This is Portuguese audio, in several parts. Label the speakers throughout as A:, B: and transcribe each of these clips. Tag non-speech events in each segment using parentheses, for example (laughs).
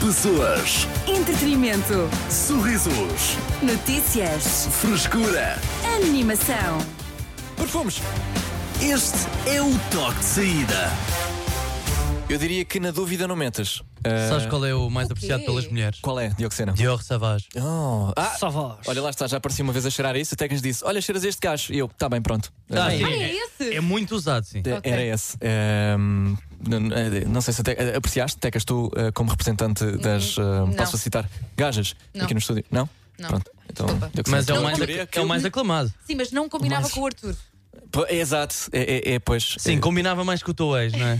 A: Pessoas,
B: Entretenimento.
A: sorrisos,
B: Notícias.
A: frescura.
B: Animação.
A: Perfumes. Este é o toque de saída.
C: Eu diria que na dúvida não mentas. Ah,
D: Sabes qual é o mais apreciado pelas mulheres?
C: qual é, Dioxena?
D: Dior Savage.
C: Oh, ah,
E: Só voz.
C: olha, lá está, já apareci uma vez a cheirar isso. Até que lhes disse: Olha, cheiras este gajo. E eu, tá bem, pronto.
D: Ah, sim.
B: é esse?
D: É muito usado, sim.
C: Eh,
B: ok.
C: Era esse. Ehm, não, eh, não sei se até eh, apreciaste, Tecas, tu eh, como representante das. eh, posso citar? Gajas
F: Não.
C: aqui no estúdio? Não?
F: Não.
C: Pronto. Então,
F: Desculpa.
C: Dioxena.
D: Mas é o
F: Não,
D: mais,
F: não.
D: ac- é o mais aclamado.
F: Sim, mas não combinava
C: Mas-
F: com o Arthur.
C: Pô, é exato, é, é, é, pois.
D: Sim,
C: é,
D: combinava mais com o teu ex, não é?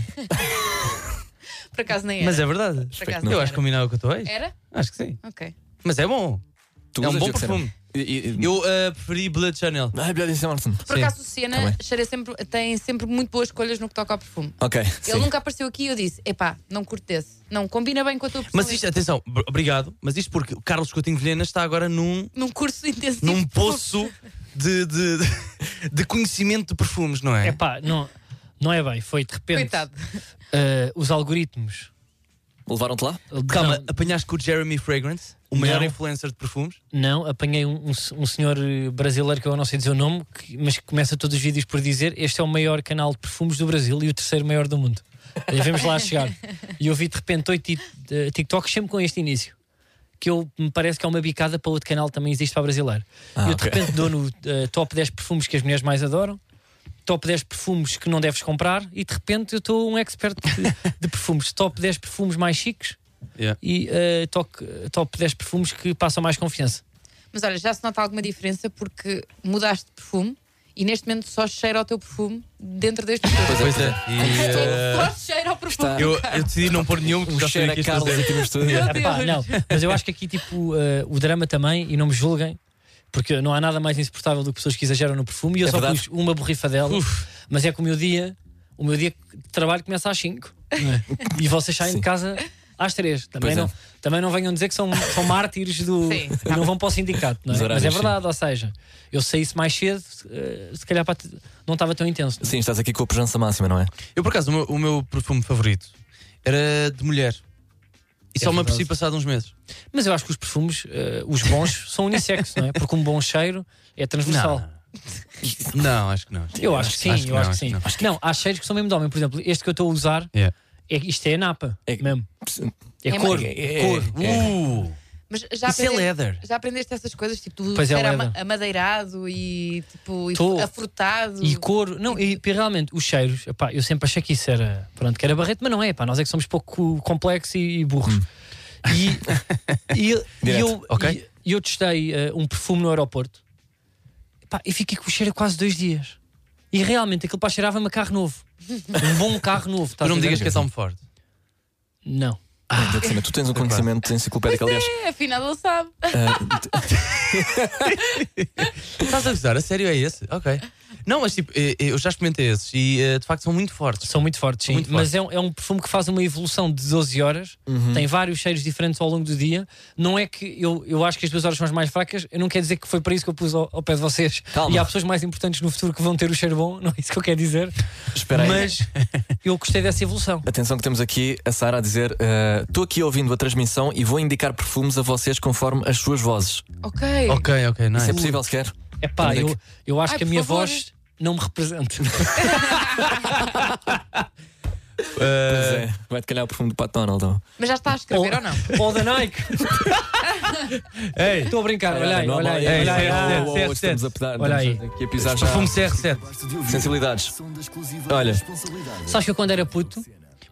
F: Por acaso nem era.
D: Mas é verdade.
F: Por acaso
D: Eu
F: não
D: acho que
F: era.
D: combinava com o teu ex.
F: Era?
D: Acho que sim.
F: Ok.
D: Mas é bom.
C: tu
D: é um
C: usas,
D: bom
C: Dioxena?
D: perfume.
C: E- e-
D: Eu ah, preferi Blood Chanel.
C: Ai, Bia Dioxena Martin.
F: Por
D: Sim.
F: acaso o Senna
C: Tá bem.
F: cheira sempre, tem sempre muito boas escolhas no que toca ao perfume.
C: Ok. sim.
F: Ele nunca apareceu aqui e eu disse: epá, não curto desse. Não combina bem com a tua
D: Mas
F: personalidade."
D: isto, atenção, br- obrigado. Mas isto porque o Carlos Coutinho Vilhena está agora num,
F: Num curso intensivo.
D: num
F: (laughs)
D: poço de, de, de- de conhecimento de perfumes, não é?
E: É pá, não, não é bem. Foi de repente.
F: Coitado.
E: eh, os algoritmos.
C: Levaram-te lá?
D: Calma,
E: Não,
D: apanhaste com o Jeremy Fragrance, o maior
E: Não.
D: influencer de perfumes.
E: Não, apanhei um, um se- um senhor eh, brasileiro que eu não sei dizer o nome, que- mas que começa todos os vídeos por dizer este é o maior canal de perfumes do Brasil e o terceiro maior do mundo. Eh, Vemos lá chegar. E eu vi de repente oito ti- eh, TikToks sempre com este início. Que eu, me parece que é uma bicada para outro canal que também existe para brasileiro.
C: Ah,
E: E eu de
C: ok.
E: repente dou no eh, top 10 perfumes que as mulheres mais adoram, top 10 perfumes que não deves comprar, e de repente eu estou um expert de, de perfumes. Top 10 perfumes mais chiques
D: Yeah.
E: e eh, toque- top 10 perfumes que passam mais confiança.
F: Mas olha, já se nota alguma diferença porque mudaste de perfume e neste momento só cheira ao teu perfume dentro deste perfume.
D: Pois é. E, eh,
F: Só cheira ao perfume.
C: Está-
D: eu, eu decidi não pôr nenhum porque
C: O
D: já
C: Um cheiro
D: sabia
C: a
D: que ias
C: Carlos
D: fazer.
C: aqui
D: (laughs)
C: no estúdio.
F: Meu
E: Epá,
F: Deus.
E: É não, mas eu acho que aqui tipo eh, o drama também, e não me julguem, porque não há nada mais insuportável do que pessoas que exageram no perfume e eu
C: É
E: só
C: verdade.
E: pus uma borrifadela, mas é que o meu dia, o meu dia de trabalho começa às 5 e vocês saem
C: é? Sim.
E: de casa às 3. Também
C: Pois é.
E: não, também não venham dizer que são, são mártires do.
F: Sim.
E: e não vão para o sindicato, não é?
C: Dos
E: Mas
C: horários,
E: é verdade, ou seja, eu saísse mais cedo, eh, se calhar para te- não estava tão intenso.
C: Sim, estás aqui com a pujança máxima, não é?
D: Eu, por acaso, o meu, o meu perfume favorito era de mulher. E só me
E: É verdade.
D: apercebi passado uns meses.
E: Mas eu acho que os perfumes, eh, os bons, são unissex, não é? Porque um bom cheiro é transversal.
D: Não, não, acho que não.
E: Eu acho que sim, eu acho que sim.
D: não.
E: Não, há cheiros que são mesmo de homem. Por exemplo, este que eu estou a usar,
D: Yeah.
E: é, isto é napa
C: É-
E: mesmo. É,
F: É
E: couro,
C: é-
E: couro.
D: Uh,
F: Mas já
D: Isso é
F: aprendeste-
D: leather.
F: Já aprendeste essas coisas? Tipo, tu
E: Pois é,
F: cheira
E: leather.
F: ama- amadeirado e tipo e
E: Tô.
F: afrutado.
E: E couro, não, e e realmente os cheiros, epá, eu sempre achei que isso era, pronto, que era barreto, mas não é, epá, nós é que somos pouco complexos e, e burros. E, e- e
C: Direto,
E: eu,
D: ok.
E: e- e eu testei eh, um perfume no aeroporto epá, e fiquei com o cheiro quase dois dias. E realmente aquilo pá cheirava-me a carro novo. Um bom carro novo.
D: tu
E: estás
D: não me
E: a ver?
D: digas que é tão forte.
E: Não.
C: Ah, Dioxena, tu tens um conhecimento enciclopédico, aliás.
F: É, afinal ele sabe.
D: Estás a gozar? A sério é esse? Ok. Não, mas tipo, eh, eu já experimentei esses e eh, de facto são muito fortes.
E: São muito fortes, sim.
D: muito
E: Mas é um, é um perfume que faz uma evolução de 12 horas, tem vários cheiros diferentes ao longo do dia. Não é que eu, eu acho que as duas horas são as mais fracas, eu não quero dizer que foi para isso que eu pus ao, ao pé de vocês.
C: Calma.
E: E há pessoas mais importantes no futuro que vão ter o cheiro bom, não é isso que eu quero dizer.
C: Espera aí.
E: Mas eu gostei dessa evolução.
C: Atenção que temos aqui a Sara a dizer Estou aqui ouvindo a transmissão e vou indicar perfumes a vocês conforme as suas vozes
F: Ok.
D: Ok, ok, nice.
C: Isso é possível sequer?
E: É pá,
C: Também
E: eu, eu acho
F: Ai,
E: que a
F: por
E: minha
F: favor.
E: voz não me representa. (laughs)
D: Eh,
C: Pois é, vai-te calhar o perfume do Pat Donald então. ou-
F: Mas já está a escrever ou não?
E: Ou da (laughs) Nike.
D: Ei,
E: Estou a brincar, olha aí,
C: não há
E: olha aí.
C: mal- é
D: ei,
E: Olha aí.
D: ei,
C: não, não,
D: ei,
C: não,
D: ei,
C: hoje
D: ei,
C: Estamos a pedar
E: Olha aí.
C: estamos aqui a pisar já
D: perfume CR7.
C: Sensibilidades Olha.
A: Olha.
E: Sabes que eu quando era puto,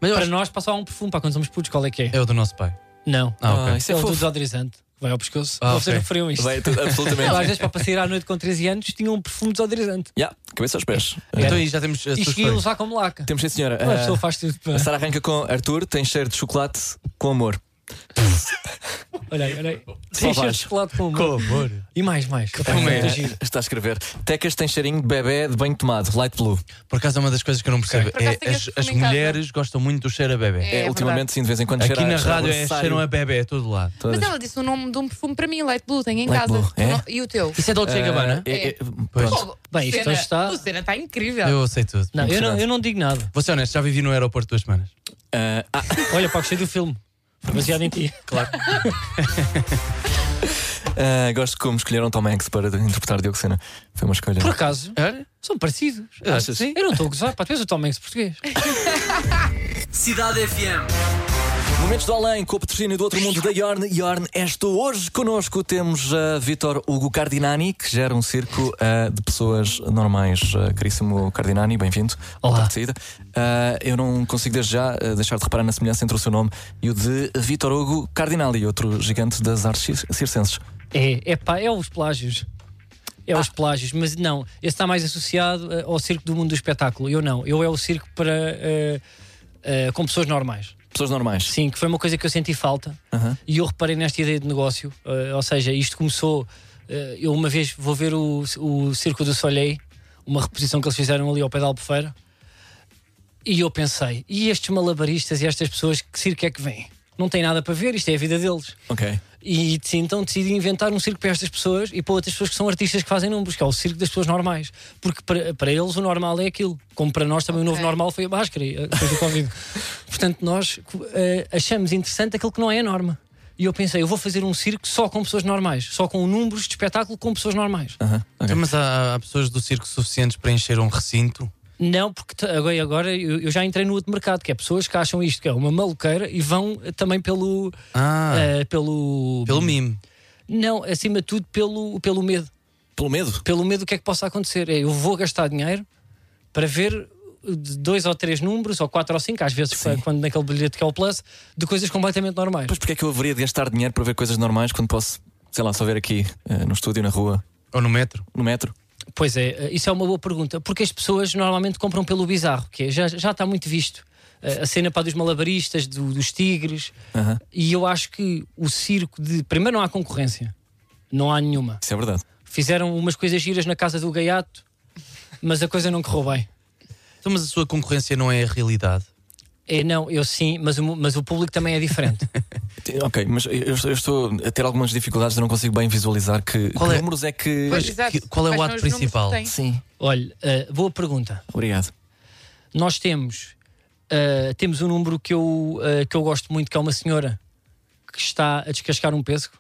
D: Mas eu
E: para
D: acho
E: nós passava um perfume, pá, quando somos putos, qual é que é?
D: é o do nosso pai.
E: Não.
D: Ah, ok.
C: Ah, isso
E: é
C: é
E: o do
C: fofo
E: desodorizante. Vai ao pescoço.
D: Ah,
E: Vocês
D: ok.
E: referiam isto.
C: Vai, tudo, absolutamente
E: Não, às vezes, para passear à noite com 13 anos, tinha um perfume desodorizante.
C: yeah, Cabeça aos pés
D: Então aí já temos as
E: E
D: suas
E: cheguei a
D: coisas.
E: usar como laca.
C: Temos sim senhora
E: a
D: eh,
C: Ah,
E: pessoa faz tudo para.
C: A Sara arranca com Arthur Tem cheiro de chocolate com amor
E: Olha aí, olha aí.
C: Só
E: Tem cheiro
C: vais.
E: de chocolate com amor.
D: amor.
E: E mais, mais. Que
D: perfume é?
C: Está a escrever Tecas tem cheirinho de bebê de banho tomado Light blue
D: Por acaso é uma das coisas que eu não percebo.
F: Por acaso
D: é
F: tenho
D: as
F: esse
D: as
F: perfume em casa.
D: mulheres gostam muito do cheiro a bebê.
C: É,
F: É
C: ultimamente sim, de vez em quando
D: Aqui
C: cheira
D: na
C: cheira
D: rádio é
C: berçário.
D: cheiram a bebê a todo lado.
C: Todas.
F: Mas ela disse o nome de um perfume para mim, Light Blue, tenho em
C: Light
F: casa.
C: Blue,
F: Tu
C: é?
F: não- E o teu?
D: Isso é Dolce Gabbana?
C: É, é,
D: Pois.
C: pronto.
E: Bem, isto
F: Senna,
E: hoje está-
F: O Senna está tá incrível.
D: Eu sei tudo.
E: Não, eu não, eu não digo nada.
D: Vou ser honesto, já vivi no aeroporto duas semanas.
C: Ah,
E: Olha, pá, gostei do filme. baseado em ti.
D: Claro.
C: Ah, gosto como escolheram Tom Hanks para interpretar Diogo Sena. Foi uma escolha.
E: Por acaso,
D: Era?
E: são parecidos.
D: Eu acho que sim.
E: Eu não estou a gozar, pá, tu és o Tom Hanks português.
A: Cidade FM.
C: Momentos do Além, com o patrocínio do outro mundo da Yorn. Yorn, és tu. Hoje connosco temos uh, Vitor Hugo Cardinani, que gera um circo ah, de pessoas normais. Ah, caríssimo Cardinani, bem-vindo.
E: Olá.
C: Boa tarde, saída. Ah, eu não consigo desde já ah, deixar de reparar na semelhança entre o seu nome e o de Vitor Hugo Cardinali, outro gigante das artes cir- circenses.
E: É, é pá, é os plágios. É os plágios, mas não, esse está mais associado eh, ao circo do mundo do espetáculo. Eu não, eu é o circo para. eh, eh, com pessoas normais.
C: Pessoas normais.
E: Sim, que foi uma coisa que eu senti falta
C: Aham.
E: e eu reparei nesta ideia de negócio. eh, ou seja, isto começou. eh, eu uma vez vou ver o, o Circo do Soleil, uma reposição que eles fizeram ali ao pé da Albufeira, e eu pensei: e estes malabaristas e estas pessoas, que circo é que vêm? Não tem nada para ver, isto é a vida deles.
C: Ok.
E: E deci- então decidi inventar um circo para estas pessoas e para outras pessoas que são artistas que fazem números, que é o circo das pessoas normais. Porque para, para eles o normal é aquilo. Como para nós também o novo
F: Ok.
E: normal foi a máscara, eh, depois do
D: (laughs)
E: Covid. Portanto, nós eh, achamos interessante aquilo que não é a norma. E eu pensei, eu vou fazer um circo só com pessoas normais, só com números de espetáculo com pessoas normais.
C: Aham,
E: É.
C: ok.
D: Mas há, há pessoas do circo suficientes para encher um recinto?
E: Não, porque t- agora, agora eu, eu já entrei no outro mercado, que é pessoas que acham isto, que é uma maluqueira, e vão eh, também pelo.
D: Ah,
E: eh, pelo,
D: pelo mime.
E: Não, acima de tudo pelo, pelo medo.
C: Pelo medo.
E: pelo medo do que é que possa acontecer. É, Eu vou gastar dinheiro para ver de dois ou três números, ou quatro ou cinco, às vezes, quando- quando naquele bilhete que é o Plus, de coisas completamente normais.
C: Pois porque é que eu haveria de gastar dinheiro para ver coisas normais quando posso, sei lá, só ver aqui eh, no estúdio, na rua,
D: Ou no metro?
C: no metro?
E: Pois é, isso é uma boa pergunta, porque as pessoas normalmente compram pelo bizarro, que é, já, já está muito visto. eh, A a cena para dos malabaristas, do- dos tigres,
C: Aham.
E: e eu acho que o circo de. Primeiro, não há concorrência, não há nenhuma.
C: Isso é verdade.
E: Fizeram umas coisas giras na casa do gaiato, mas a coisa não correu bem.
D: Então, mas a sua concorrência não é a realidade.
E: É, não, eu sim, mas o, mu- mas o público também é diferente.
C: Te- Eh, Ok, mas eu, eu estou a ter algumas dificuldades, eu não consigo bem visualizar que,
D: Qual
C: que
D: é?
C: números é que.
D: Pois,
F: Exato.
D: que- qual é o
F: Quais
D: ato
F: são os números que
D: principal?
F: tem?
C: Sim,
E: Olha, uh, boa pergunta.
C: obrigado.
E: Nós temos uh, temos um número que eu, uh, que eu gosto muito, que é uma senhora que está a descascar um pêssego.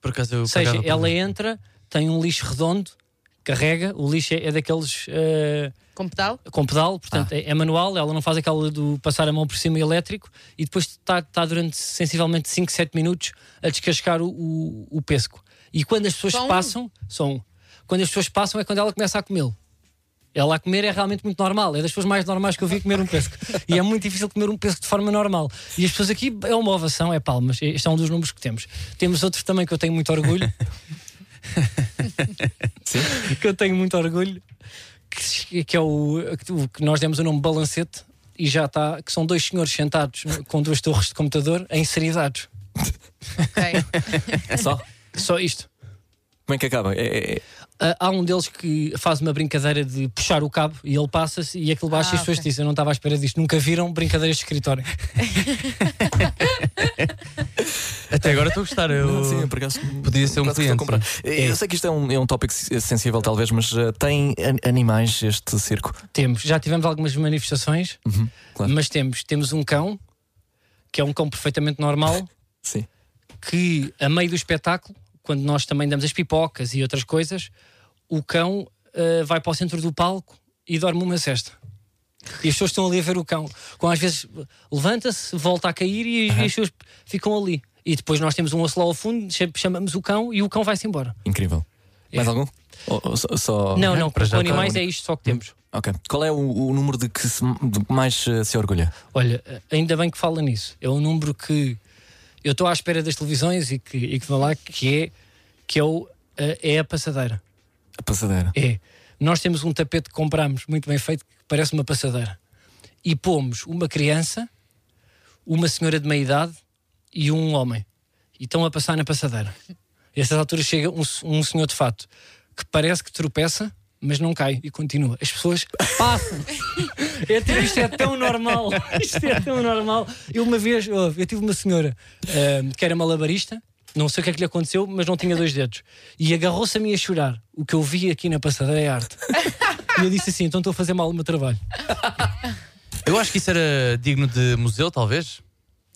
D: Por acaso eu
E: Ou seja,
D: pagava por
E: ela
D: ver.
E: entra, tem um lixo redondo, carrega, o lixo é, é daqueles uh,
F: Com pedal?
E: com pedal, portanto é, é manual, ela não faz aquela do passar a mão por cima elétrico e depois está está durante sensivelmente 5, 7 minutos a descascar o, o, o pêssego. E quando as pessoas
F: Só um?
E: passam, só um. Quando as pessoas passam é quando ela começa a comê-lo. Ela a comer é realmente muito normal, é das pessoas mais normais que eu vi comer um pesco. E é muito difícil comer um pesco de forma normal. E as pessoas aqui é uma ovação, é palmas. Este é um dos números que temos. Temos outro também que eu tenho muito orgulho. Que eu tenho muito orgulho. Que, se- que é o, o que nós demos o nome Balancete. E já está, que são dois senhores sentados no- com duas torres de computador em seridados.
F: Ok.
C: É Só? Como
E: Só isto.
C: é que acaba? É- é- é-
E: Ah, Há um deles que faz uma brincadeira de puxar o cabo e ele passa-se e aquilo baixa
F: Ah,
E: e as pessoas
F: ok.
E: dizem: Eu não estava à espera disto, nunca viram brincadeiras de escritório. é-
D: Até agora estou a gostar. Eu...
C: Não, Ah, sim, é por acaso,
D: Podia ser um
C: por acaso estou a
D: cliente.
C: comprar. Eu sei que isto é um, é um tópico se- sensível, talvez, mas eh, tem an- animais este circo?
E: Temos, já tivemos algumas manifestações,
C: claro.
E: mas temos, temos um cão, que é um cão perfeitamente normal,
C: Sim.
E: que a meio do espetáculo, quando nós também damos as pipocas e outras coisas, o cão ah, vai para o centro do palco e dorme uma cesta. E as pessoas estão ali a ver o cão. Com às vezes levanta-se, volta a cair e, e as pessoas ficam ali. E depois nós temos um osso lá ao fundo, cham- chamamos o cão e o cão vai-se embora.
C: Incrível. Mais algum? Ou- ou só, só-
E: não, não,
D: para
E: com
D: já tá
E: animais
D: único.
E: é isto só que temos.
C: Ok. Qual é o, o número de que se- de que mais eh, se orgulha?
E: Olha, eh, ainda bem que fala nisso. É um número que eu estou à espera das televisões e que, e que vão lá, que é, que é, o- eh, é a passadeira.
C: A passadeira.
E: É. Nós temos um tapete que compramos, muito bem feito, que parece uma passadeira. E pomos uma criança, uma senhora de meia idade e um homem. E estão a passar na passadeira. A essas alturas chega um, se- um senhor de fato que parece que tropeça, mas não cai e continua. As pessoas passam. É tipo, isto é tão normal. (laughs) Isto é tão normal. Eu uma vez, houve, eu tive uma senhora ahm, que era malabarista, não sei o que é que lhe aconteceu, mas não tinha dois dedos. E agarrou-se a mim a chorar. O que eu vi aqui na passadeira é arte. E eu disse assim: então estou a fazer mal o meu trabalho.
D: Eu acho que isso era digno de museu, talvez.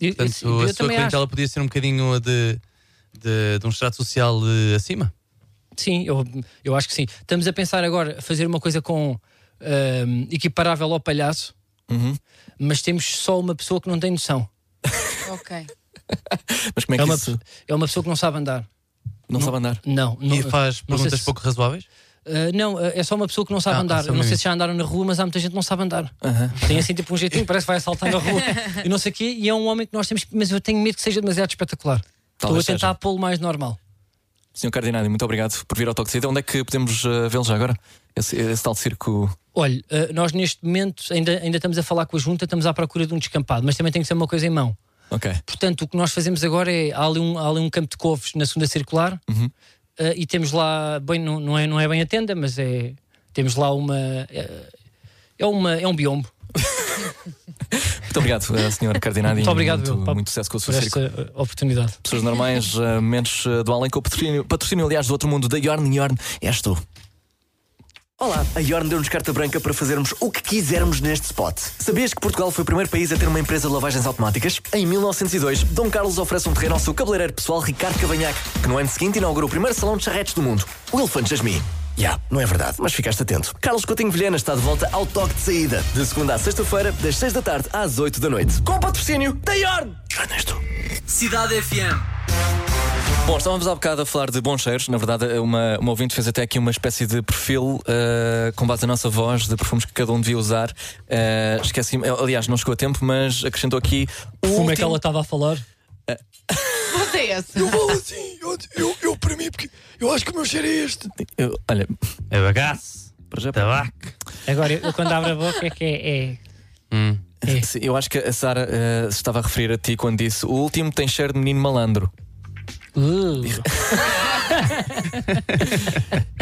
E: Eu,
D: Portanto,
E: eu- eu
D: a sua
E: também acho.
D: clientela podia ser um bocadinho de, de, de um extrato social eh, acima.
E: Sim, eu, eu acho que sim. Estamos a pensar agora a fazer uma coisa com ahm, equiparável ao palhaço,
C: Uhum.
E: mas temos só uma pessoa que não tem noção.
F: Ok.
C: Mas como é
E: É
C: que
E: uma,
C: isso
E: é uma pessoa que não sabe andar.
C: não sabe andar?
E: Não, não
D: E faz
E: não sei
D: perguntas
E: se-
D: pouco razoaveis?
E: Ah, não, ah, é só uma pessoa que não sabe
D: Ah,
E: andar.
D: só
E: Eu não sei
D: mesmo.
E: se já andaram na rua, mas há muita gente que não sabe andar. Tem assim tipo um jeitinho, parece que vai assaltar na rua e não sei o quê. E é um homem que nós temos, mas eu tenho medo que seja demasiado espetacular. Estou a
C: Talvez
E: tentar
C: seja.
E: pô-lo mais normal.
C: Senhor Cardinani, muito obrigado por vir ao Toque de Saída. Onde é que podemos eh, vê-lo já agora? Esse, esse tal circo.
E: Olha, ah, nós neste momento ainda, ainda estamos a falar com a junta, estamos à procura de um descampado, mas também tem que ser uma coisa em mão.
C: Ok.
E: Portanto, o que nós fazemos agora é. Há ali um, há ali um campo de couves na segunda circular eh, e temos lá. Bem, não, não, é, não é bem a tenda, mas é. Temos lá uma. eh, É, uma, é um biombo.
C: Muito obrigado, eh, Senhor Cardinani.
E: Muito obrigado,
C: muito,
E: meu, pá,
C: muito sucesso com o seu
E: Por
C: circo.
E: esta eh, oportunidade.
C: Pessoas normais, eh, menos eh, do além, com o patrocínio, patrocínio, aliás, do outro mundo, da Yorn. Yorn, és tu.
A: Olá, a Yorn deu-nos carta branca para fazermos o que quisermos neste spot. Sabias que Portugal foi o primeiro país a ter uma empresa de lavagens automáticas? Em 1902, Dom Carlos oferece um terreno ao seu cabeleireiro pessoal Ricardo Cavanhaque, que no ano seguinte inaugura o primeiro salão de charretes do mundo, o Elefante Jasmine. Já, não é verdade, mas ficaste atento. Carlos Coutinho Vilhena está de volta ao toque de saída, de segunda à sexta-feira, das 6 da tarde às 8 da noite. Com o patrocínio da Yorn! Yorn és tu.
B: Cidade FM.
C: Bom, estávamos há bocado a falar de bons cheiros. Na verdade, uma, uma ouvinte fez até aqui uma espécie de perfil eh, com base na nossa voz de perfumes que cada um devia usar. Eh, esqueci aliás, não chegou a tempo, mas acrescentou aqui o
E: Como é que
C: último-
E: ela estava a falar?
F: Mas é esse.
C: Eu- olha,
D: É bagaço,
C: para já.
D: tabaco.
E: Agora, eu, quando abro a boca, é que é.
D: Hum. É.
C: (laughs) Sim, Eu acho que a Sara eh, se estava a referir a ti quando disse o último tem cheiro de menino malandro.
E: uh,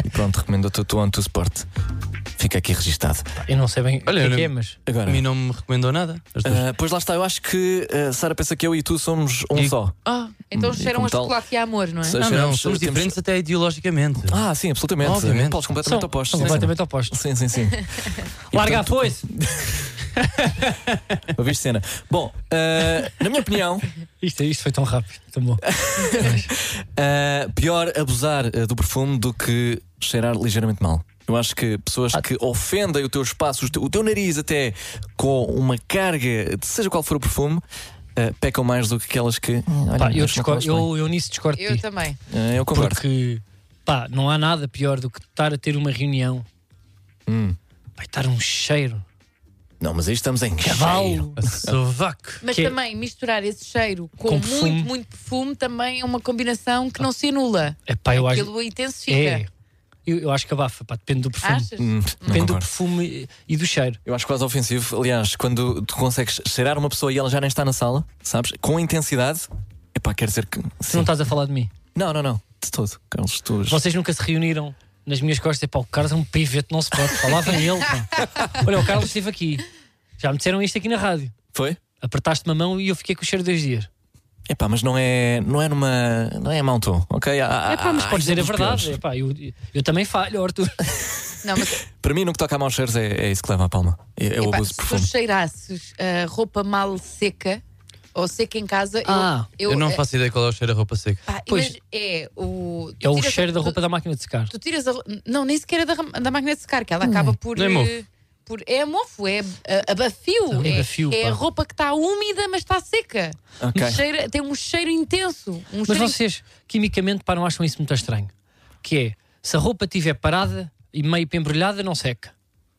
C: E pronto, recomendo-te o Tuon to Sport. Fica aqui registado.
E: eu não sei bem o que
D: Olha,
E: é,
D: eu
E: que é,
D: não-
E: mas.
D: A
C: Agora,
D: mim não me recomendou nada. Ah, As duas.
C: eh, pois lá está, eu acho que eh, Sara pensa que eu e tu somos um
D: E-
C: só.
D: Ah,
F: Então
C: E
F: cheiram
C: como
F: a
C: tal-
F: chocolate e a amor, não é?
C: Se-
D: não, não,
C: cheiramos-
D: somos
C: temos-
D: diferentes até ideologicamente.
C: Ah, sim, absolutamente.
D: Obviamente.
C: Polos
E: São
C: completamente opostos.
E: são
C: sim,
E: completamente opostos.
C: Sim, sim,
D: (laughs)
C: sim. sim. E,
E: Larga a
C: portanto,
E: foice!
C: (laughs) ouviste cena. Bom, eh, na minha opinião,
E: Isto, isto foi tão rápido, tão bom.
C: É, eh, pior abusar eh, do perfume do que cheirar ligeiramente mal. Eu acho que pessoas
E: Ah.
C: que ofendem o teu espaço, o teu, o teu nariz até com uma carga, de seja qual for o perfume, eh, pecam mais do que aquelas que. "Hum, olha,
E: Pá, eu,
C: acho que não
E: discordo-
C: faz bem."
E: eu, eu nisso discordo. de
F: Eu
E: ti.
F: também.
C: Eh, eu concordo.
E: Porque pá, não há nada pior do que estar a ter uma reunião.
C: Hum.
E: Vai estar um cheiro.
C: Não, mas aí estamos em cheiro.
E: Cavalo.
D: Sovaco.
F: Mas
E: Que é-
F: também misturar esse cheiro com,
E: Com
F: muito,
E: perfume.
F: muito perfume também é uma combinação que não se anula.
E: É pá, eu acho.
F: Aquilo intensifica.
E: É. Eu, eu acho que abafa, pá, depende do perfume.
F: Achas?
C: Hum, não
E: Depende do
C: concordo.
E: perfume e do cheiro.
C: Eu acho quase ofensivo. Aliás, quando tu consegues cheirar uma pessoa e ela já nem está na sala, sabes? Com intensidade, epá, quer dizer que.
E: Tu não tá- estás a falar de mim.
C: Não, não, não. De todo. Carlos, tu.
E: Vocês nunca se reuniram nas minhas costas. É pá, o Carlos é um pivete, não se pode. Falava ele. Pá. Olha, o Carlos esteve aqui. Já me disseram isto aqui na rádio.
C: Foi?
E: Apertaste-me a mão e eu fiquei com o cheiro dois dias.
C: Epá, mas não é. Não é numa. Não é mau tom, ok? Há-
E: É pá, mas
C: há- há
E: podes dizer a
C: exemplos
E: verdade. É
C: piores.
E: pá, eu, eu também falho, Arthur.
F: Não, mas
C: Para mim, no que toca a maus cheiros, é, é isso que leva a palma. É, é o
F: epá,
C: abuso
F: se
C: de
F: tu
C: perfume.
F: cheirasses ah, roupa mal seca ou seca em casa, eu-
E: Ah,
F: eu,
D: Eu não
F: eh,
D: faço ideia qual é o cheiro da roupa seca.
F: pá,
E: Pois.
F: imagi- é o, tu
E: É o
F: tiras a-
E: cheiro da
F: tu-
E: roupa da Hum. máquina de secar.
F: Tu tiras a. ro- Não, nem sequer é da, ram- da máquina de secar, que ela acaba por.
D: Não é mofo.
F: eh, por é mofo, é eh, abafio.
E: Não,
F: é,
E: abafio,
F: é a
E: um pá.
F: roupa que está úmida, mas está seca.
C: Ok.
F: Cheira- tem um cheiro intenso. Um
E: Mas
F: cheiro
E: vocês, quimicamente, pá, não acham isso muito estranho? Que é, se a roupa estiver parada e meio que embrulhada, não seca.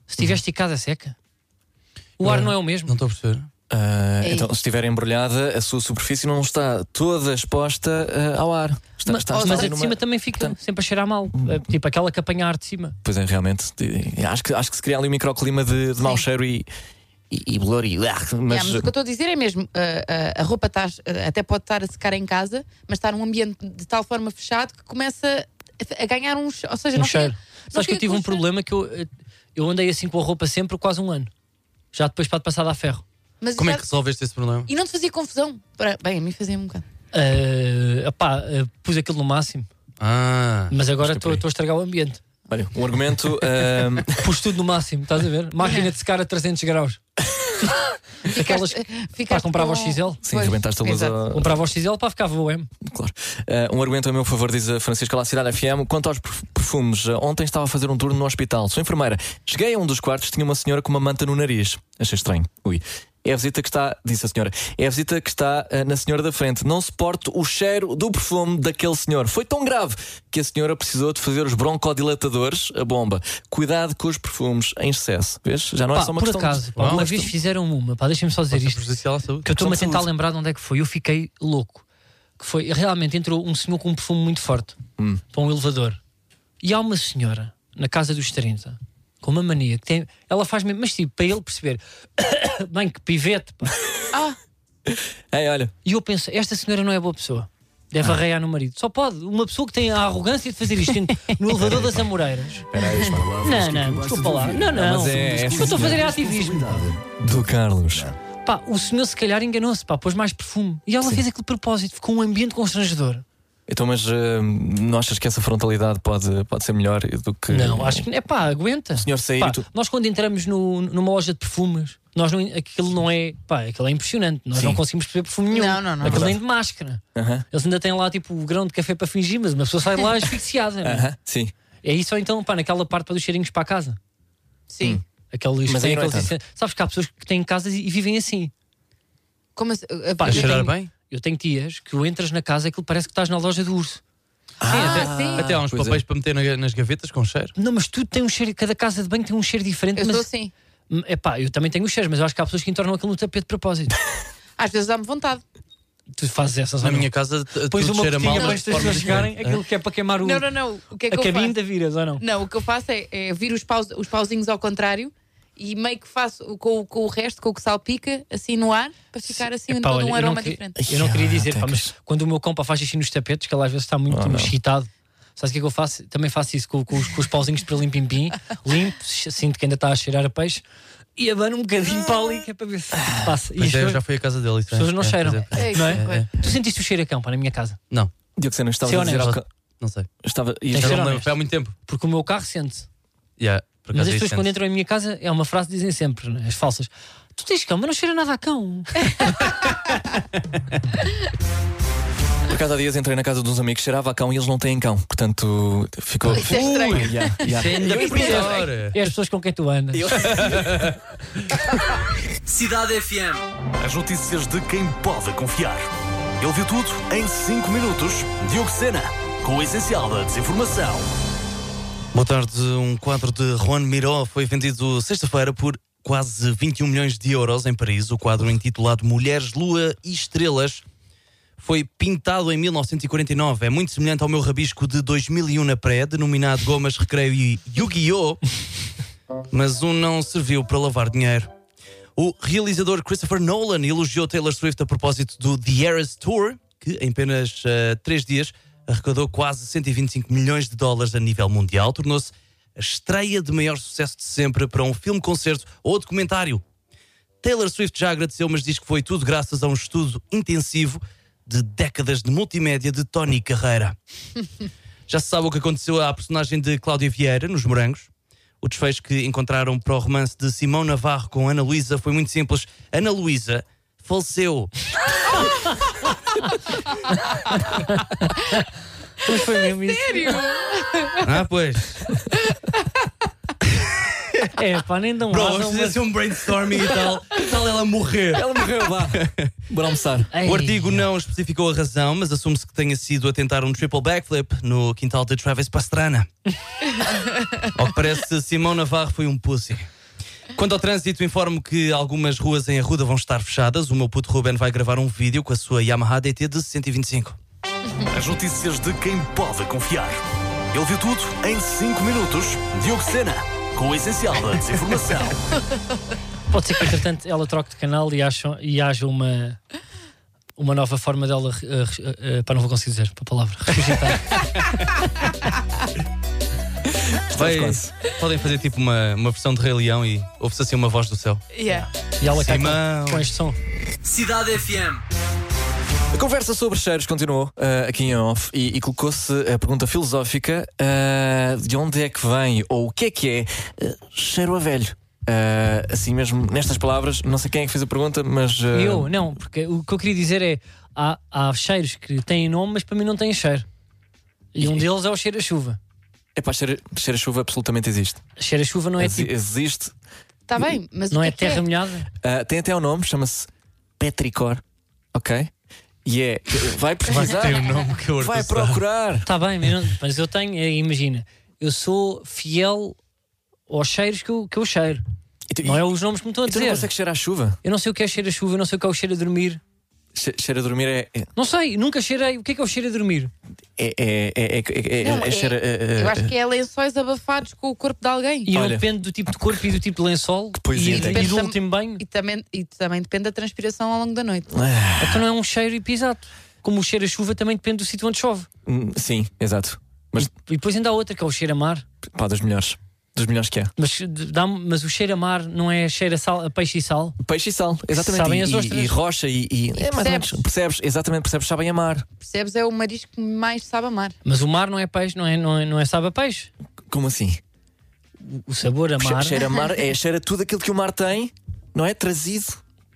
E: Se estiver esticada, seca. O ar não é o
D: Não
E: mesmo.
D: estou a perceber.
C: Ah,
F: Ei.
C: então, se estiver embrulhada, a sua superfície não está toda exposta ah, ao ar. Está, está,
E: Mas
C: está
E: a
C: ali
E: de
C: numa-
E: cima também fica sempre a cheirar mal. É, Tipo aquela que apanha ar de cima.
C: Pois é, realmente. de- Acho que, acho que se cria ali um microclima de, de mau cheiro e. E, e blur e. ah, Mas,
F: É, mas o que eu estou a dizer é mesmo, ah, ah, a roupa tá- ah, até pode estar a secar em casa, mas está num ambiente de tal forma fechado que começa a a ganhar um cheiro. Ou seja,
E: Um
F: não fica-
E: cheiro.
F: não
E: Sabes que eu
F: fica
E: tive
F: com cheiro.
E: um problema que eu, eh, eu andei assim com a roupa sempre quase um ano. Já depois para passar a ferro.
F: Mas
D: Como é
F: já-
D: que resolveste esse problema?
F: E não te fazia confusão? Para- Bem, a mim fazia um bocado.
E: Ah, pá, ah, pus aquilo no máximo,
D: Ah,
E: mas agora
C: Isto é por
E: estou
C: aí.
E: estou a estragar o ambiente.
C: olha, um argumento. ah, (laughs)
E: Pus tudo no máximo, estás a ver? Máquina de secar a 300 graus.
F: Ficaste, eh,
E: Pá,
F: ficaste
E: comprava o
F: com-
E: XL.
C: Sim,
F: Pois,
C: rebentaste a luz
F: exato.
C: a-
E: Comprava o XL, pá, ficava o M.
C: Claro. Eh, um argumento a meu favor, diz a Francisca Lacidade FM. Quanto aos perf- perfumes, eh, ontem estava a fazer um turno no hospital. Sou enfermeira. Cheguei a um dos quartos, tinha uma senhora com uma manta no nariz. Achei estranho. Ui. É a visita que está, disse a senhora, é a visita que está eh, na senhora da frente. Não suporto o cheiro do perfume daquele senhor. Foi tão grave que a senhora precisou de fazer os broncodilatadores, a bomba. Cuidado com os perfumes em excesso. Vês? Já não é
E: Pá,
C: só uma
E: por
C: questão. de-
E: acaso, pá,
C: Não é
E: uma
C: uma
E: vez
C: questão-
E: fizeram uma, pá, deixem-me só dizer
D: Pode ser
E: isto.
D: é prejudicial à saúde.
E: que eu estou-me a
C: Questão de
E: tentar
C: saúde.
E: lembrar de onde é que foi. Eu fiquei louco. Que foi, realmente entrou um senhor com um perfume muito forte
C: Hum.
E: para um elevador. E há uma senhora na casa dos 30 com uma mania que tem. Ela faz mesmo, mas tipo, para ele perceber, (coughs) bem que pivete. pá.
C: Ei, olha,
E: E eu penso, esta senhora não é boa pessoa. Deve
C: Ah.
E: arraiar no marido. Só pode. Uma pessoa que tem a arrogância de fazer isto
C: (laughs)
E: no elevador das
C: É
E: Amoreiras. Não, não, desculpa lá. Não, não.
C: mas é- é
E: O que eu estou a fazer é ativismo.
C: do Carlos.
E: Pá, o senhor se calhar enganou-se, pá, pôs mais perfume. E ela fez aquele propósito, ficou um ambiente constrangedor.
C: Então, mas eh, não achas que essa frontalidade pode, pode ser melhor do que.
E: Não, acho que é pá, aguenta.
C: senhor sair
E: Pá,
C: e tu-
E: Nós quando entramos no- numa loja de perfumes, nós não, aquilo não é, pá, aquilo é impressionante. Nós
C: Sim.
E: não conseguimos perceber perfume nenhum.
F: Não, não, não.
E: Aquilo nem de máscara.
C: Aham.
E: Eles ainda têm lá tipo o grão de café para fingir, mas uma pessoa
F: (laughs)
E: sai lá asfixiada. não é?
C: Aham, sim.
E: É isso ou então, pá, naquela parte para dos cheirinhos para a casa.
F: Sim.
E: Aqueles,
C: Mas aí
E: têm
C: não é
E: aqueles- Sabes que há pessoas que têm casas e, e vivem assim.
F: Como assim?
E: Pá,
D: A
E: Ah, eu
D: cheirar
E: tenho-
D: bem?
E: Eu tenho tias que o entras na casa e aquilo parece que estás na loja do urso.
F: ah, sim.
D: Até há uns
C: pois é.
D: papéis para meter na- nas gavetas com cheiro.
E: Não, mas tudo tem um cheiro, cada casa de banho tem um cheiro diferente.
F: Eu
E: mas, hum,
F: sou assim.
E: Epá, eu também tenho os cheiros, mas eu acho que há pessoas que entornam aquilo no tapete
C: (laughs)
E: de propósito.
F: Às vezes dá-me vontade.
E: tu fazes essas
D: Na minha casa, t-
E: Pois
D: tudo
E: uma
D: cheira mal.
E: cotinha para
D: mas
E: as
D: de forma
E: pessoas chegarem,
D: diferente.
E: aquilo que é para queimar o,
F: Não, não, não. O que é que
E: a
F: eu faço?
E: cabine da viras, ou não?
F: Não, o que eu faço é, é vir os, paus, os pauzinhos ao contrário e meio que faço o- com, o- com o resto, com o que salpica, assim no ar, para ficar assim
E: Epá,
F: todo
E: olha,
F: um
E: eu
F: aroma
E: não queria-
F: diferente.
E: Eu não queria dizer, pá,
C: Tecas.
E: mas quando o meu compa faz xixi nos tapetes, que ele às vezes está muito excitado, sabes o que é que eu faço? Também faço isso com, com os, com os pauzinhos para limpim pim
F: (laughs)
E: limpo, sinto que ainda está a cheirar a peixe e abano um bocadinho para ali, que é para ver se passa. E
D: Mas
E: as
D: é,
E: pessoas-
D: já fui à casa dele.
E: as pessoas não cheiram.
F: Ah. É,
E: Não
F: é,
E: é? Tu sentiste o cheiro a cão, pá, na minha casa?
D: Não,
C: Diogo, não estavas
E: Ser
C: a dizer
E: honesto.
C: ao ca-
D: não sei.
C: estava e
D: Já
E: Tem Ser
D: não me lembro,
E: honesto.
D: foi há muito tempo.
E: Porque o meu carro sente.
D: Yeah, por
E: Mas
D: acaso
E: as
D: é
E: pessoas
D: isso,
E: quando
D: antes.
E: entram em minha casa, é uma frase que dizem sempre, né? as falsas. Tu tens cão, mas não cheira nada a cão.
C: Por acaso há dias entrei na casa de uns amigos, cheirava a cão e eles não têm cão. Portanto, ficou.
F: Isso é estranho.
C: (laughs) Yeah, yeah.
D: Ainda pior.
E: É as pessoas com quem tu andas. (laughs)
A: Cidade FM. As notícias de quem pode confiar. Ele viu tudo em 5 minutos. Diogo Sena, com o essencial da desinformação.
D: Boa tarde. Um quadro de Juan Miró foi vendido sexta-feira por quase 21 milhões de euros em Paris. O quadro intitulado Mulheres, Lua e Estrelas foi pintado em 1949. É muito semelhante ao meu rabisco de 2001 na pré, denominado Gomas, Recreio e Yu-Gi-Oh! Mas um não serviu para lavar dinheiro. O realizador Christopher Nolan elogiou Taylor Swift a propósito do The Eras Tour, que em apenas eh, três dias arrecadou quase 125 milhões de dólares a nível mundial. Tornou-se a estreia de maior sucesso de sempre para um filme, concerto ou documentário. Taylor Swift já agradeceu, mas diz que foi tudo graças a um estudo intensivo de décadas de multimédia de Tony Carreira. Já se sabe o que aconteceu à personagem de Cláudia Vieira nos Morangos. O desfecho que encontraram para o romance de Simão Navarro com Ana Luísa foi muito simples. Ana Luísa faleceu.
E: Mas foi
D: (laughs) É
E: mesmo isso.
D: Ah, pois.
E: É, pá, nem dão
D: Bro,
E: asa a
D: vamos
E: uma-
D: fazer assim um brainstorming e tal. Que tal ela morrer?
C: Ela morreu, vá. Bora almoçar.
E: Ei.
D: O artigo não especificou a razão, mas assume-se que tenha sido a tentar um triple backflip no quintal de Travis
E: (laughs)
D: Pastrana. Ao que parece, Simão Navarro foi um pussy. Quanto ao trânsito, informo que algumas ruas em Arruda vão estar fechadas. O meu puto Ruben vai gravar um vídeo com a sua Yamaha DT de 125.
A: As notícias de quem pode confiar. Ele viu tudo em 5 minutos. Diogo Sena, com o essencial da desinformação.
E: Pode ser que, entretanto, ela troque de canal e, acham, e haja uma, uma nova forma dela. eh, res- eh, eh, pá, não vou conseguir dizer a palavra. Ressuscitar.
D: Vai-
C: quase.
D: podem fazer tipo uma, uma versão de Rei Leão e ouve-se assim uma voz do céu.
F: Yeah.
E: E ela cai
D: Simão.
E: com, com este som.
A: (laughs) Cidade FM.
C: A conversa sobre cheiros continuou eh, aqui em off e, e colocou-se a pergunta ah, filosófica eh, de onde é que vem ou o que é que é eh, ah, cheiro a velho. ah, assim mesmo, nestas palavras, não sei quem é que fez a pergunta, mas.
D: Eh.
C: ah,
E: Eu, não, porque o que eu queria dizer é: há, há cheiros que têm nome, mas para mim não têm cheiro. E um deles é o cheiro a chuva.
C: É pá, cheiro, cheiro a chuva absolutamente existe.
E: Cheiro a chuva não é
C: Exi-
E: tipo.
C: Existe.
F: Está Tá bem, mas o
E: Não
F: que
E: é
F: que
E: terra molhada?
C: Ah, tem até um nome, chama-se Petricor. Ok? E é. Vai pesquisar.
D: Tem um nome que eu
C: Vai
D: orquestrar.
C: procurar.
E: Está Tá bem, mas, não- mas eu tenho, eh, imagina, eu sou fiel aos cheiros que eu, que eu cheiro.
C: E tu,
E: Não é os nomes que me estão a
C: e tu Então não
E: dizer.
C: consegues cheirar a chuva?
E: Eu não sei o que é cheiro a chuva, eu não sei o que é o cheiro a dormir.
C: Che- Cheiro a dormir é. é-
E: Não sei, nunca cheirei. O que é que é o cheiro a dormir?
C: É. É. É. É. é- é-
F: Não,
C: é
F: é-
C: cheiro a- a- a-
F: Eu acho que é lençóis abafados com o corpo de alguém.
E: E não
C: Olha.
E: depende do tipo de corpo e do tipo de lençol
C: poesia
E: e,
C: tem.
E: e do
F: Pensa-
E: último banho.
F: E também, e também depende da transpiração ao longo da noite.
E: Então não é um cheiro e pisado. Como o cheiro a chuva também depende do sítio onde chove.
C: Hum, Sim, exato. Mas
E: E depois ainda há outra que é o cheiro a mar.
C: pá, dos melhores. Dos melhores que há.
E: Mas, d- dá mas o cheiro a mar não é cheiro a, sal, a peixe e sal.
C: Peixe e sal, exatamente.
E: Sabem
C: e,
E: as
C: e-
E: ostras.
C: e rocha e. e- é mais ou menos.
F: percebes.
C: Percebes, exatamente, percebes, sabem amar.
F: Percebes? É o marisco que mais sabe amar.
E: Mas o mar não é peixe, não é, não é, não é sabe a peixe.
C: Como assim?
E: O sabor a
C: Che-
E: mar,
C: Cheira a mar, é cheira tudo aquilo que o mar tem, não é? Trazido.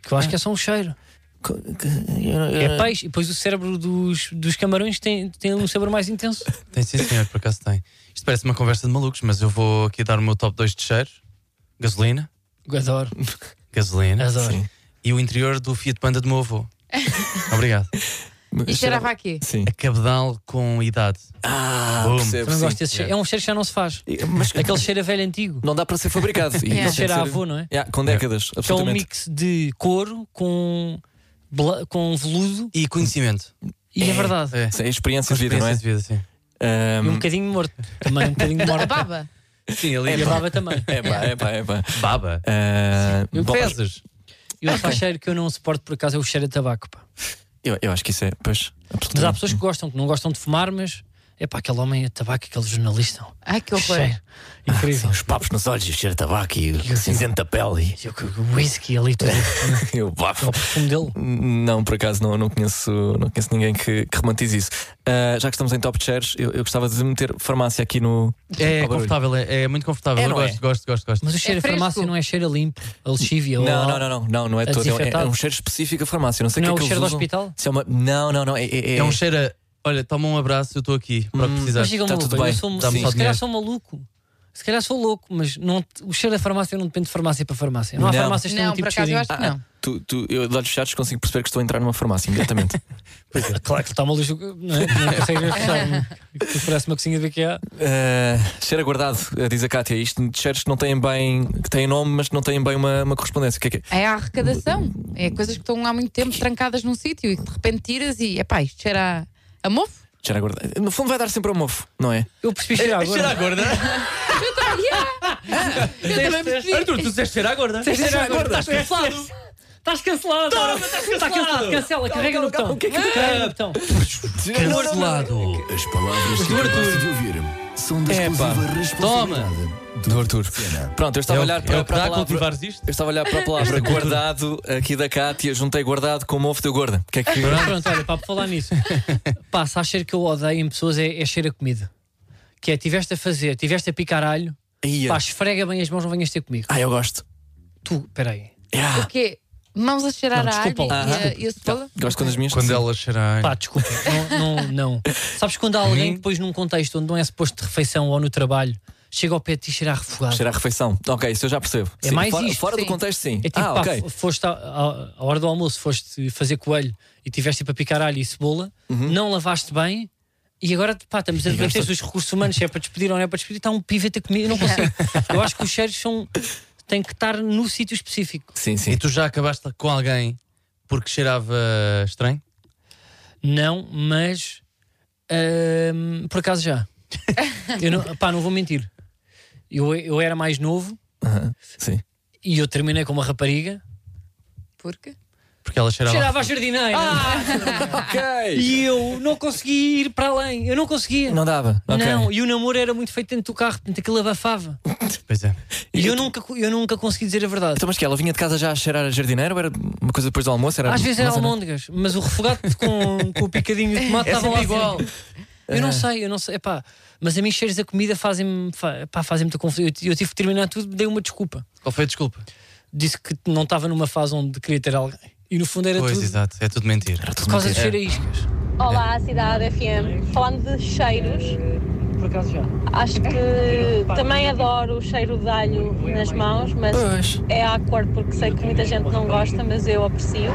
E: que eu acho que é só um cheiro.
C: Co- que- eu- eu-
E: É peixe. E depois o cérebro dos, dos camarões tem, tem um sabor mais intenso.
D: Tem sim, senhor, por acaso tem. Isto parece uma conversa de malucos, mas eu vou aqui dar o meu top 2 de cheiros: gasolina,
E: Eu Adoro,
D: gasolina
E: adoro.
C: Sim.
D: e o interior do Fiat Panda do meu
E: (laughs)
D: avô. Obrigado.
F: E cheirava a quê?
C: Sim.
D: A cabedal com idade.
C: Ah,
D: Boom.
C: percebo,
E: Também
C: sim.
E: gosto desse cheiro. É um cheiro que já não se faz.
C: E- Mas
E: Aquele cheiro a velho antigo.
C: não dá para ser fabricado. E
F: É.
C: tem que
E: Cheira a
C: ser-
E: avô, não é?
C: Yeah, com décadas,
E: Que é um
C: absolutamente.
E: mix de couro com, bla- com veludo
D: E conhecimento.
E: e é, verdade.
D: É.
C: Sim, experiência de vida, não é?
D: Experiência de vida,
E: E um
C: Ahm,
E: bocadinho morto. Também um
C: (laughs)
E: bocadinho
F: A
E: morto.
F: baba.
D: sim. Sim, ali
E: E a baba também.
C: É pá, é pá, é pá.
D: baba.
C: Ah, bom,
D: Fezes.
E: E outro cheiro que eu não suporto por acaso é o cheiro a tabaco. Pá.
C: eu, eu acho que isso é, pois,
E: Mas há
C: absolutamente.
E: pessoas que gostam, que não gostam de fumar, mas é pá, aquele homem é tabaco, aquele jornalista.
F: Ai, que horror.
E: Cheiro.
C: Ah,
E: Incrível.
A: Os papos nos olhos, e o cheiro de tabaco e o cinzento da pele.
E: E o- O whisky ali, tudo.
C: (laughs) Eu bafo.
E: o perfume dele.
C: Não, por acaso não, não, conheço, não conheço ninguém que, que romantize isso. Ah, já que estamos em top chairs, eu, eu gostava de meter farmácia aqui no.
D: É
C: Ao barulho.
D: confortável, é, é muito confortável.
C: É,
D: eu
C: não
D: gosto,
C: é?
D: gosto, gosto, gosto.
E: Mas o cheiro a
F: fresco.
E: farmácia não é cheiro a limpo, a lexívia. ou
C: Não,
E: a-
C: não, não, não, não, não é
E: a
C: todo. É, é
E: desinfetado.
C: um cheiro específico a farmácia. Não sei
E: Não é
C: o
E: o
C: que é que
E: cheiro
C: eles
E: do
C: usam.
E: hospital?
C: Se é uma- Não, não, não. É, é,
D: É um cheiro a. Olha, toma um abraço, eu estou aqui para o que
E: Mas
D: precisares.
E: digam-me,
C: tá
E: uma
C: tudo
E: coisa,
C: bem,
E: eu sou, um-
D: dá-me
E: se
D: só
E: calhar
D: dinheiro.
E: sou maluco. Se calhar sou louco, mas não, o cheiro da farmácia não depende de farmácia para farmácia. Não, há
C: Não.
E: farmácias que têm um
F: Não, por
E: tipo de
F: acaso eu
E: cheirinho.
F: acho que não.
C: Tu, tu, eu de olhos fechados consigo perceber que estou a entrar numa farmácia
D: (laughs)
C: imediatamente.
E: Ah, Claro que está uma luz, não é? Não consegue fechar. não. Aquilo Parece uma cozinha de IKEA.
C: Ah, cheiro aguardado, ah, diz a Cátia. Isto de cheiros que não têm bem. que têm nome, mas que não têm bem uma, uma correspondência. O que é que é?
F: É a arrecadação. É coisas que estão há muito tempo trancadas num sítio e que de repente tiras e, epá, isto cheira a, a mofo.
C: Cheiro aguardado. Eh, No fundo vai dar sempre ao mofo, não é?
E: Eu percebi cheirar agora.
D: gorda?
F: (laughs) Eu também percebi.
D: Arthur, tu disseste cheira gorda?
E: Cheirar agora. Estás cancelado. Estás cancelado. Está cancelado. Cancela, carrega no botão. Carrega no botão.
D: Cancelado.
A: As palavras que acabaste de ouvir são da
C: Epá,
A: exclusiva responsabilidade do Arthur.
C: Pronto, eu estava a olhar para,
D: É o que
C: para a
D: dá
C: palavra.
D: cultivares isto?
C: Eu estava a olhar para a palavra guardado aqui da Cátia, juntei guardado com o mofo teu gorda. O que é que.
E: Pronto, olha, para falar nisso. Pá, se há cheiro que eu odeio em pessoas é, é cheiro a comida. Que é, tiveste a fazer, tiveste a picar alho,
C: Ia.
E: pá, esfrega bem as mãos, não venhas ter comigo.
C: Ah, eu gosto.
E: Tu, peraí.
C: Yeah.
F: O quê? Mãos a cheirar
E: Ah. Não,
F: a alho
E: desculpa
F: e
E: lá. Ah, então,
F: a- e a cebola?
C: Gosto quando as minhas.
D: Quando ela cheira.
E: Pá, desculpa, não, não, não. Sabes quando há alguém que depois num contexto onde não é suposto de refeição ou no trabalho, chega ao pé de ti e cheira a refogado.
C: Cheira a refeição. Ok, isso eu já percebo.
E: Ah. É
C: Sim,
E: mais
C: fora
E: isto,
C: fora do
F: sim.
C: contexto, sim.
E: É tipo,
C: ah,
E: pá,
C: ok.
E: fo- foste à, à- à hora do almoço, foste fazer coelho e tiveste para picar alho e cebola,
C: Uhum.
E: não lavaste bem. E agora, pá,
C: É
E: estamos a debater se os recursos humanos, se é para despedir ou não é para despedir, está um pivete a comer, eu não
C: (laughs)
E: consigo. Eu acho que os cheiros são, têm que estar no sítio específico.
C: Sim,
D: E
C: sim.
D: tu já acabaste com alguém porque cheirava estranho?
E: Não, mas ahm, por acaso
C: (laughs)
E: já. eu não, pá, não vou mentir. Eu, eu era mais novo
C: Aham, sim.
E: e eu terminei com uma rapariga.
F: Porque?
D: Porque ela cheirava.
E: Cheirava a jardineira.
C: Ah!
E: Ah.
C: Ok.
E: E eu não conseguia ir para além. Eu não conseguia.
C: Não dava. Ok.
E: Não, e o namoro era muito feito dentro do carro, portanto aquilo abafava.
D: Pois é.
E: E, eu, nunca, eu nunca consegui dizer a verdade.
C: Então, mas que ela vinha de casa já a cheirar a jardineira ou era uma coisa depois do
D: Então,
C: almoço? Era
E: Às vezes era
C: mas
E: almôndegas, mas o refogado com, com o picadinho de
D: (laughs)
E: tomate
D: É
E: estava lá
D: sempre igual. É.
E: sempre. Eu não sei, eu não sei. Epá, mas a mim cheiros da comida fazem-me fa- epá, fazem muita confusão. Eu, t- eu tive que terminar tudo, dei uma desculpa.
D: Qual foi a desculpa?
E: Disse que não estava numa fase onde queria ter alguém. E no fundo era
D: pois,
E: tudo
D: exato, é tudo mentira.
E: por causa de cheiro a iscas.
G: Olá, Cidade FM. Falando de cheiros,
E: Por acaso já.
G: acho que também adoro o cheiro de alho nas mãos, mas
C: Pois.
G: é awkward porque sei que muita gente não gosta, mas eu aprecio.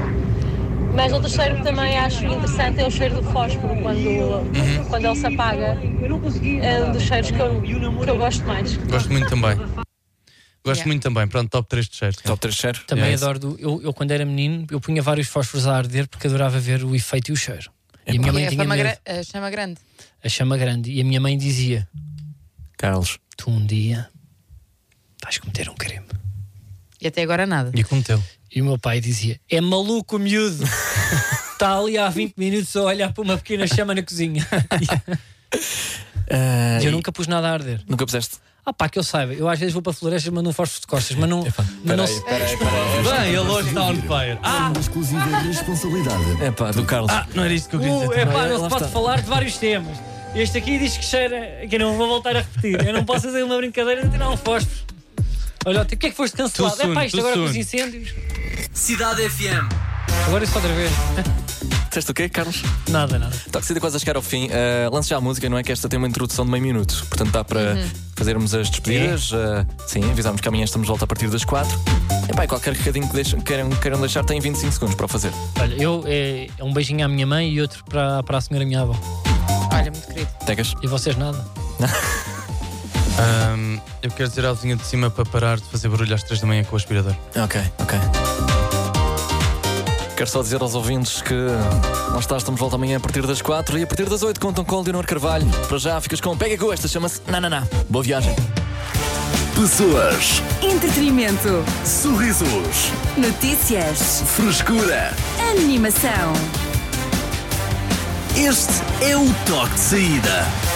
G: Mas outro cheiro que também acho interessante é o cheiro do fósforo quando, quando ele se apaga. É um dos cheiros que eu, que eu gosto mais.
D: Gosto muito também. Gosto
F: Yeah.
D: muito também. Pronto, top 3 de cheiros.
C: Top 3 cheiro.
E: Também
D: É isso.
E: adoro. do- eu, eu, quando era menino, eu punha vários fósforos a arder porque adorava ver o efeito e o cheiro. E a minha
F: E
E: mãe
F: a,
E: tinha
F: fama
E: medo.
F: gra- a chama grande.
E: a chama grande. E a minha mãe dizia:
C: Carlos.
E: Tu um dia vais cometer um crime.
F: E até agora nada.
D: E cometeu.
E: E o meu pai dizia: É maluco o
D: (laughs)
E: miúdo. Está ali há 20 minutos a olhar para uma pequena chama na
D: (laughs)
E: cozinha.
C: Ah,
E: E eu
C: e-
E: nunca pus nada a arder.
C: Nunca puseste.
E: Ah, pá, que eu saiba. Eu às vezes vou para florestas e mando um fósforo de costas, mas não. Mas não se-
D: Bem, ele hoje está on fire. Ah,
A: Uma exclusiva responsabilidade.
C: É pá, do Carlos.
D: ah, não era isto que eu queria dizer.
E: Uh, é pá,
C: Olha,
E: não
C: lá
E: se pode
C: está.
E: falar de vários temas. Este aqui diz que cheira. Que eu não vou voltar a repetir. Eu não posso fazer uma brincadeira de tirar um fósforo. Olha, o que é que foste cancelado?
D: Too soon,
E: é pá, isto
D: too
E: agora com
D: soon.
E: os incêndios.
C: Cidade FM.
E: Agora isso outra vez.
C: Teste o quê, Carlos?
E: Nada, nada.
C: Está sendo quase a chegar ao fim. Ah, lance já a música, não é que esta tem uma introdução de meio minuto. Portanto, dá para
E: Uhum.
C: fazermos as despedidas. Ah, sim, avisámos que amanhã estamos de volta a partir das 4. Epá, e qualquer recadinho que deixam- queiram, queiram deixar tem 25 segundos para o fazer.
E: Olha, eu. É, é um beijinho à minha mãe e outro para, para a senhora minha avó.
F: Olha, muito querido.
C: Tecas?
E: E vocês nada.
D: Ahm, eu quero dizer à vizinha de cima para parar de fazer barulho às 3 da manhã com o aspirador.
C: Ok, ok. Quero só dizer aos ouvintes que nós está, estamos de volta amanhã a partir das 4 e a partir das 8 contam com o Leonor Carvalho. Para já ficas com Pega com esta, chama-se Nananá. Boa viagem.
A: Pessoas,
B: Entretenimento.
A: sorrisos,
B: Notícias.
A: frescura.
B: Animação.
A: Este é o toque de saída.